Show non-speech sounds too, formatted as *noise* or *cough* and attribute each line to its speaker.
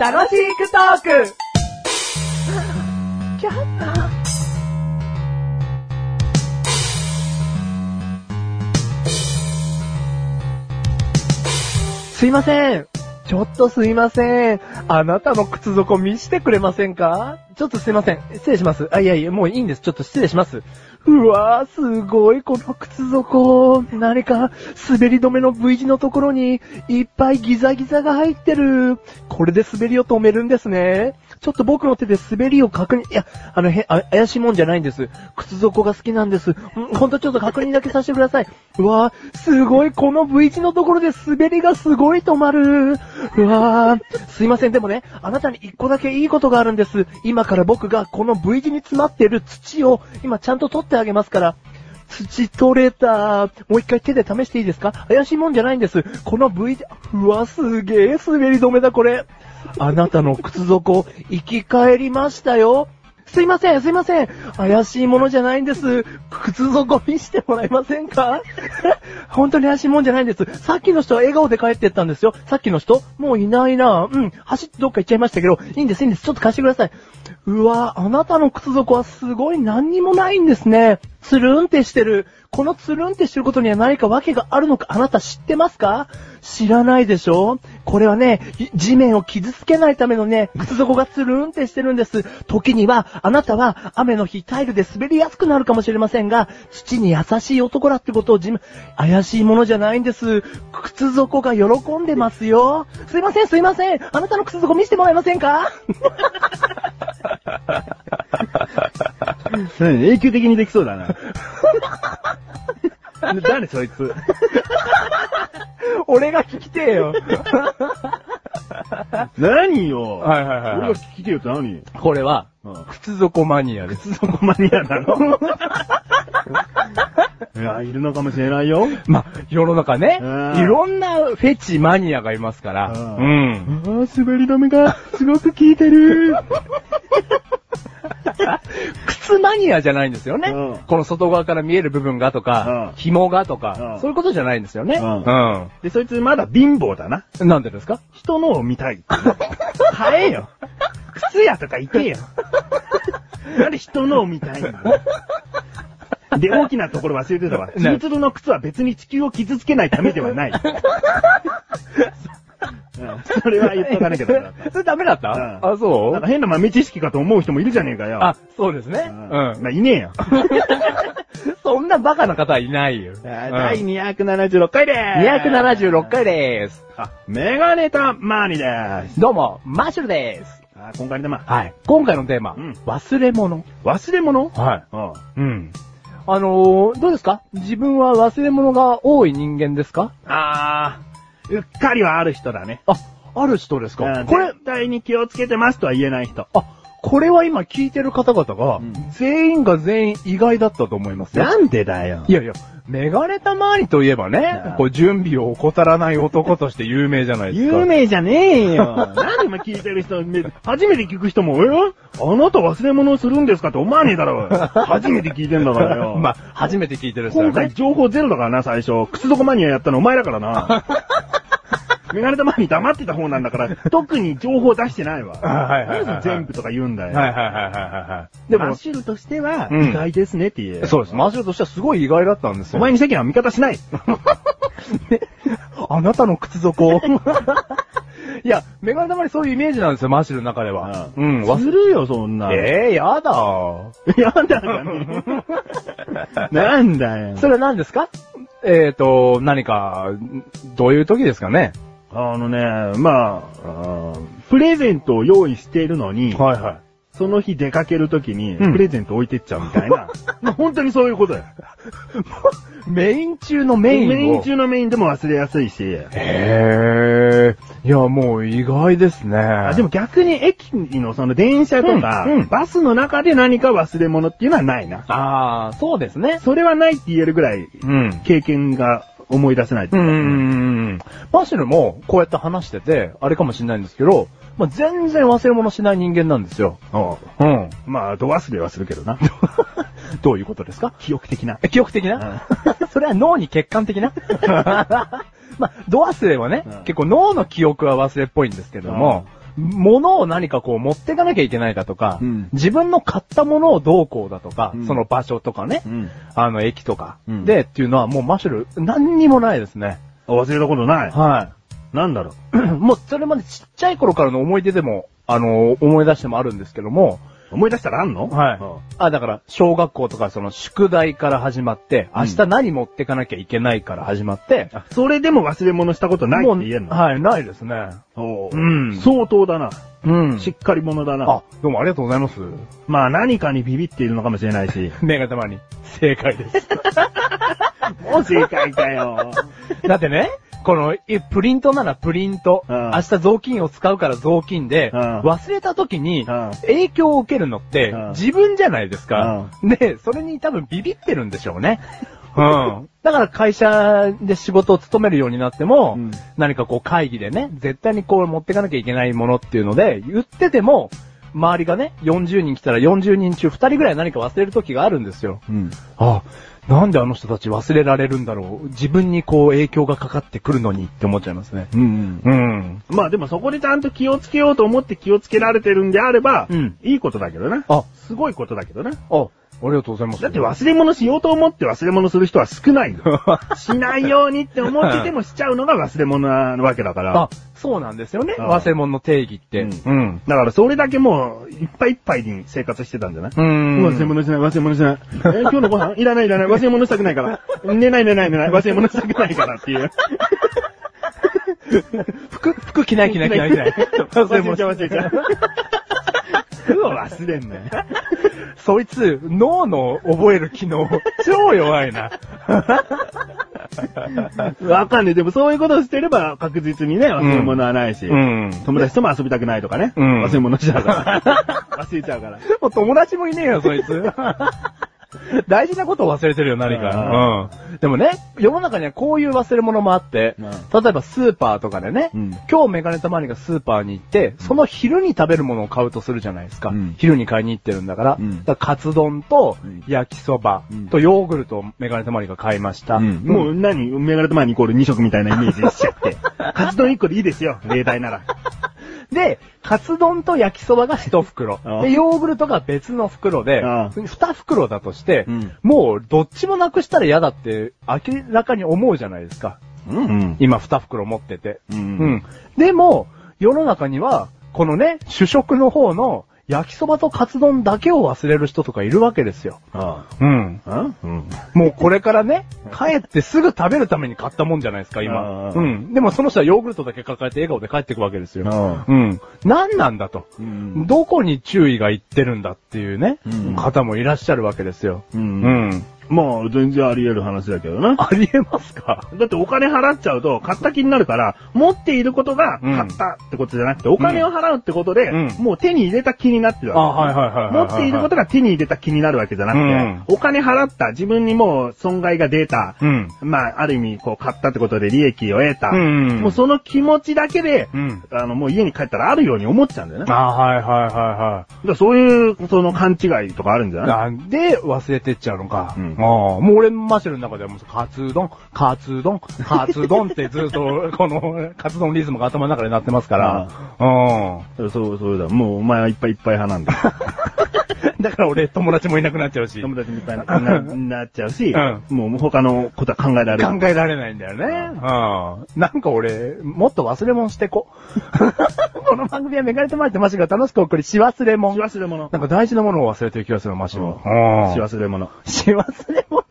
Speaker 1: 楽しくトークすいません。ちょっとすいません。あなたの靴底見してくれませんかちょっとすいません。失礼します。あ、いやいや、もういいんです。ちょっと失礼します。うわぁ、すごい、この靴底。何か、滑り止めの V 字のところに、いっぱいギザギザが入ってる。これで滑りを止めるんですね。ちょっと僕の手で滑りを確認、いや、あの、へ、あ怪しいもんじゃないんです。靴底が好きなんです。んほんとちょっと確認だけさせてください。うわぁ、すごい、この V 字のところで滑りがすごい止まる。うわぁ、すいません、でもね、あなたに一個だけいいことがあるんです。今から僕がこの V 字に詰まってる土を、今ちゃんと取ってあげますから。土取れた。もう一回手で試していいですか怪しいもんじゃないんです。この V 字、うわ、すげえ滑り止めだ、これ。あなたの靴底、生き返りましたよ。すいません、すいません。怪しいものじゃないんです。靴底見してもらえませんか *laughs* 本当に怪しいもんじゃないんです。さっきの人は笑顔で帰ってったんですよ。さっきの人もういないなうん。走ってどっか行っちゃいましたけど、いいんです、いいんです。ちょっと貸してください。うわあなたの靴底はすごい何にもないんですね。つるんってしてる。このつるんってしてることには何か訳があるのかあなた知ってますか知らないでしょこれはね、い地面を傷つけないためのね、靴底がつるんってしてるんです。時には、あなたは雨の日タイルで滑りやすくなるかもしれませんが、土に優しい男だってことを地面、怪しいものじゃないんです。靴底が喜んでますよ。すいません、すいません。あなたの靴底見せてもらえませんか
Speaker 2: うん永久的にできそうだ *laughs* な。誰そいつ。
Speaker 3: *laughs*
Speaker 1: 俺が聞きてえよ。
Speaker 2: 何よ。
Speaker 3: はいはいはいはい
Speaker 2: 俺が聞きてよって何
Speaker 3: これは、
Speaker 2: うん
Speaker 3: 靴底マニアです。 *laughs*
Speaker 2: 靴底マニアな *laughs* のいや、いるのかもしれないよ。
Speaker 3: まあ、世の中ね、
Speaker 2: うん
Speaker 3: いろんなフェチマニアがいますから、
Speaker 2: う
Speaker 3: うん。
Speaker 2: ああ、滑り止めがすごく効いてる。
Speaker 3: 靴マニアじゃないんですよね。
Speaker 2: うん
Speaker 3: この外側から見える部分がとか、
Speaker 2: うん
Speaker 3: 紐がとか、
Speaker 2: うん
Speaker 3: そういうことじゃないんですよね。
Speaker 2: うん
Speaker 3: う
Speaker 2: で、そいつまだ貧乏だな。
Speaker 3: ん。なんでですか
Speaker 2: 人のを見たいってな。買えよ。靴屋とか行けよ。なんで人のを見たいんだで、大きなところ忘れてたわ。ツルツルの靴は別に地球を傷つけないためではない。うんそれは言っとかなきゃダメだっ
Speaker 3: *laughs*
Speaker 2: た。
Speaker 3: それダメだった、
Speaker 2: うん
Speaker 3: あ、そ
Speaker 2: な
Speaker 3: う
Speaker 2: んか変な豆知識かと思う人もいるじゃねえかよ。
Speaker 3: あ、そうですね。う
Speaker 2: うん
Speaker 3: ん。
Speaker 2: まあ、いねえよ。
Speaker 3: そんなバカな方はいないよ。
Speaker 2: 第
Speaker 3: うん
Speaker 2: 276回でーす。
Speaker 3: 276回でーす。
Speaker 2: あ、メガネタマーニです。
Speaker 3: どうも、マッシュルでーす。
Speaker 2: あ、今回の玉、
Speaker 3: はい。今回のテーマ、
Speaker 2: うん
Speaker 3: 忘れ物。
Speaker 2: 忘れ物
Speaker 3: はい。
Speaker 2: うん。
Speaker 3: うん。あのー、どうですか自分は忘れ物が多い人間ですか
Speaker 2: あー、うっかりはある人だね。
Speaker 3: あ、ある人です
Speaker 2: うん
Speaker 3: かこれ、
Speaker 2: 絶対に気をつけてますとは言えない人。
Speaker 3: あ、これは今聞いてる方々が、
Speaker 2: うん
Speaker 3: 全員が全員意外だったと思いますよ。
Speaker 2: なんでだよ
Speaker 3: い。やいや、メガネたまわりといえばね
Speaker 2: あ、
Speaker 3: こう準備を怠らない男として有名じゃないですか。
Speaker 2: 有名じゃねえよ。なんで今聞いてる人、め初めて聞く人も、えあなた忘れ物をするんですかって思わねえだろ。初めて聞いてんだから *laughs* よ。
Speaker 3: *laughs* まあ、 *laughs* 初めて聞いてる人は
Speaker 2: 今
Speaker 3: ね
Speaker 2: 回。情報ゼロだからな、最初。靴底マニアやったのお前だから *laughs* な。メガネ玉に黙ってた方なんだから、特に情報出してないわ。
Speaker 3: あはいはいはいはい
Speaker 2: なんで全部とか言うんだよ。
Speaker 3: *laughs* はいはいはいはいはい。
Speaker 2: で
Speaker 3: で
Speaker 2: も、マッ
Speaker 3: も、
Speaker 2: シュルとしては、
Speaker 3: うん
Speaker 2: 意外ですねって言えよ。
Speaker 3: そうです。マジルとしてはすごい意外だったんです
Speaker 2: お
Speaker 3: よ。
Speaker 2: 前に世間は味方しない。
Speaker 3: あなたの靴 *laughs* 底。いや、メガネたまりそういうイメージなんですよ、マジルの中では。うん、忘
Speaker 2: するよ、そんな。
Speaker 3: れ、えー、やだ。
Speaker 2: やだがね。なんだよ。
Speaker 3: それは何ですかえーと、何か、どういう時ですかね
Speaker 2: あのね、まああー、プレゼントを用意しているのに、
Speaker 3: はいはい。
Speaker 2: その日出かけるときに、
Speaker 3: うん
Speaker 2: プレゼント置いてっちゃうみた
Speaker 3: *laughs*
Speaker 2: いな。まあ本当にそういうことよ。
Speaker 3: メイン中のメインを。
Speaker 2: メイン中のメインでも忘れやすいし。
Speaker 3: へー。いや、もう意外ですね。
Speaker 2: あでも逆に駅のその電車とか、
Speaker 3: うんうん
Speaker 2: バスの中で何か忘れ物っていうのはないな。
Speaker 3: あー、そうですね。
Speaker 2: それはないって言えるぐらい、
Speaker 3: うん。
Speaker 2: 経験が思い出せない。
Speaker 3: うんうんうん。マシルも、こうやって話してて、あれかもしれないんですけど、まあ、全然忘れ物しない人間なんですよ。
Speaker 2: お
Speaker 3: う
Speaker 2: う
Speaker 3: ん。
Speaker 2: まあ、ど忘れはするけどな。 *laughs*
Speaker 3: どういうことですか *laughs*
Speaker 2: 記憶的な。
Speaker 3: 記憶的なそれは脳に欠陥的な *laughs* まあ、ドアスレはね、
Speaker 2: うん
Speaker 3: 結構脳の記憶は忘れっぽいんですけども、物を何かこう持ってかなきゃいけないだとか、
Speaker 2: うん
Speaker 3: 自分の買ったものをどうこうだとか、
Speaker 2: うん
Speaker 3: その場所とかね、
Speaker 2: うん。
Speaker 3: あの駅とか、
Speaker 2: うん
Speaker 3: でっていうのはもうマシュル何にもないですね。
Speaker 2: あ忘れたことない。
Speaker 3: はい。
Speaker 2: なんだろ
Speaker 3: *clears throat* もうそれまでちっちゃい頃からの思い出でも、あの思い出してもあるんですけども、
Speaker 2: う。思い出したらあんの
Speaker 3: はい。あ、だから、小学校とかその宿題から始まって、
Speaker 2: うん
Speaker 3: 明日何持ってかなきゃいけないから始まって、
Speaker 2: あそれでも忘れ物したことないって言えんの
Speaker 3: もうはい、ないですね。
Speaker 2: おう
Speaker 3: うん
Speaker 2: 相当だな。
Speaker 3: うん
Speaker 2: しっかり者だな
Speaker 3: あ。、どうもありがとうございます。
Speaker 2: まあ何かにビビっているのかもしれないし。
Speaker 3: メガネまに。正解です。 *laughs*
Speaker 2: もう正解かよ。
Speaker 3: だってね、この、いプリントならプリント、
Speaker 2: うん
Speaker 3: 明日雑巾を使うから雑巾で、
Speaker 2: うん
Speaker 3: 忘れた時に
Speaker 2: *laughs* うん
Speaker 3: 影響を受けるのって
Speaker 2: うん
Speaker 3: 自分じゃないですか。で、それに多分ビビってるんでしょう
Speaker 2: *laughs*
Speaker 3: ね。うん。だから会社で仕事を務めるようになっても、
Speaker 2: うん
Speaker 3: 何かこう会議でね、絶対にこう持ってかなきゃいけないものっていうので、言ってても、周りがね、40人来たら40人中2人ぐらい何か忘れる時があるんですよ。
Speaker 2: うん。
Speaker 3: あ、なんであの人たち忘れられるんだろう。自分にこう影響がかかってくるのにって思っちゃいますね。
Speaker 2: うん。
Speaker 3: うん。
Speaker 2: まあでもそこでちゃんと気をつけようと思って気をつけられてるんであれば、
Speaker 3: うん
Speaker 2: いいことだけどね。
Speaker 3: あ、
Speaker 2: すごいことだけどね。
Speaker 3: あ、ありがとうございます。
Speaker 2: だって忘れ物しようと思って忘れ物する人は少ない
Speaker 3: *laughs*
Speaker 2: よ。しないようにって思っててもしちゃうのが忘れ物なわけだから。
Speaker 3: あ、そうなんですよね。
Speaker 2: うん
Speaker 3: 忘れ物の定義って。
Speaker 2: う
Speaker 3: うん。
Speaker 2: だからそれだけもう、いっぱいいっぱいに生活してたんじゃない
Speaker 3: うん
Speaker 2: 忘れ物しない、忘れ物しない。えー今日のご飯いらない、いらない、忘れ物したくないから。寝ない、寝ない、寝ない、忘れ物したくないからっていう。
Speaker 3: 服、服着ない着ない着ない着ない。
Speaker 2: *laughs* 忘
Speaker 3: 忘れ
Speaker 2: れ物
Speaker 3: 物
Speaker 2: ちゃう、忘れちゃう。うわ忘れんね。
Speaker 3: *laughs* そいつ、脳の覚える機能、超弱いな。
Speaker 2: わかんねえ。でもそういうことをしてれば確実にね、忘れ物はないし。
Speaker 3: うん。
Speaker 2: 友達とも遊びたくないとかね。
Speaker 3: うん
Speaker 2: 忘れ物しちゃうから。忘れちゃうから。
Speaker 3: もう友達もいねえよ、そいつ。 *laughs* 大事なことを忘れてるよ、何か。うん。でもね、世の中にはこういう忘れ物もあって、
Speaker 2: うん
Speaker 3: 例えばスーパーとかでね、
Speaker 2: うん
Speaker 3: 今日メガネたまにがスーパーに行って、その昼に食べるものを買うとするじゃないですか。
Speaker 2: うん
Speaker 3: 昼に買いに行ってるんだから、
Speaker 2: うん
Speaker 3: だからカツ丼と
Speaker 2: うん
Speaker 3: 焼きそば
Speaker 2: うん
Speaker 3: とヨーグルトをメガネたまにが買いました。
Speaker 2: もう何メガネと前にイコール2色みたいなイメージしちゃって。カツ丼1個でいいですよ、例題なら。
Speaker 3: で、カツ丼と焼きそばが一袋
Speaker 2: あ。あ
Speaker 3: で、ヨーグルトが別の袋で
Speaker 2: ああ、
Speaker 3: 二袋だとして
Speaker 2: うん、
Speaker 3: もうどっちもなくしたら嫌だって明らかに思うじゃないですか。
Speaker 2: うん。
Speaker 3: 今二袋持ってて。
Speaker 2: う
Speaker 3: うんん。でも、世の中には、このね、主食の方の焼きそばとカツ丼だけを忘れる人とかいるわけですよ。
Speaker 2: あ
Speaker 3: うん。
Speaker 2: あ。うん。
Speaker 3: もうこれからね、帰ってすぐ食べるために買ったもんじゃないですか、今。
Speaker 2: ああ
Speaker 3: うん。でもその人はヨーグルトだけ抱えて笑顔で帰ってくわけですよ。
Speaker 2: あ
Speaker 3: うん。何なんだと。
Speaker 2: うん
Speaker 3: どこに注意がいってるんだっていうね、
Speaker 2: うん
Speaker 3: 方もいらっしゃるわけですよ。
Speaker 2: う
Speaker 3: うん
Speaker 2: ん。まあ、全然あり得る話だけどな。
Speaker 3: ありえますか
Speaker 2: だってお金払っちゃうと、買った気になるから、持っていることが
Speaker 3: うん
Speaker 2: 買ったってことじゃなくて、お金を払うってことで、
Speaker 3: うん
Speaker 2: もう手に入れた気になってるわけ。
Speaker 3: はいはいは
Speaker 2: 持っていること
Speaker 3: だ。
Speaker 2: が手に入れた気になるわけじゃなくて、
Speaker 3: うん
Speaker 2: お金払った、自分にもう損害が出た、
Speaker 3: うん。
Speaker 2: まあ、ある意味、こう、買ったってことで利益を得た、
Speaker 3: うんうん
Speaker 2: もうその気持ちだけで、
Speaker 3: うん。
Speaker 2: あの、もう家に帰ったらあるように思っちゃうんだよね。
Speaker 3: あ
Speaker 2: だか
Speaker 3: はいはいは
Speaker 2: らそういう、その勘違いとかあるんじ
Speaker 3: い
Speaker 2: ゃ
Speaker 3: はい。
Speaker 2: な
Speaker 3: *laughs*
Speaker 2: い
Speaker 3: なんで忘れてっちゃうのか。
Speaker 2: うん
Speaker 3: ああもう俺のマシュルの中ではもうカツ丼、カツ丼、カツ丼ってずっと *laughs* このカツ丼リズムが頭の中で鳴ってますから。うん。
Speaker 2: そう、そうだ。もうお前はいっぱいいっぱい派なんだ。
Speaker 3: だから俺友達もいなくなっちゃうし。考
Speaker 2: 友達みたいな、ななっちゃうし、
Speaker 3: う
Speaker 2: もう他のことは考えられない。
Speaker 3: えられないんだよね。うん。なんか俺、もっと忘れ物してこ。 *laughs* この番組はめがれてまいってマシが楽しく送り、し忘れもん。
Speaker 2: し忘れ物。
Speaker 3: なんか大事なものを忘れてる気がする、マシは。
Speaker 2: し
Speaker 3: うん。
Speaker 2: 忘れ物。
Speaker 3: し忘れもん。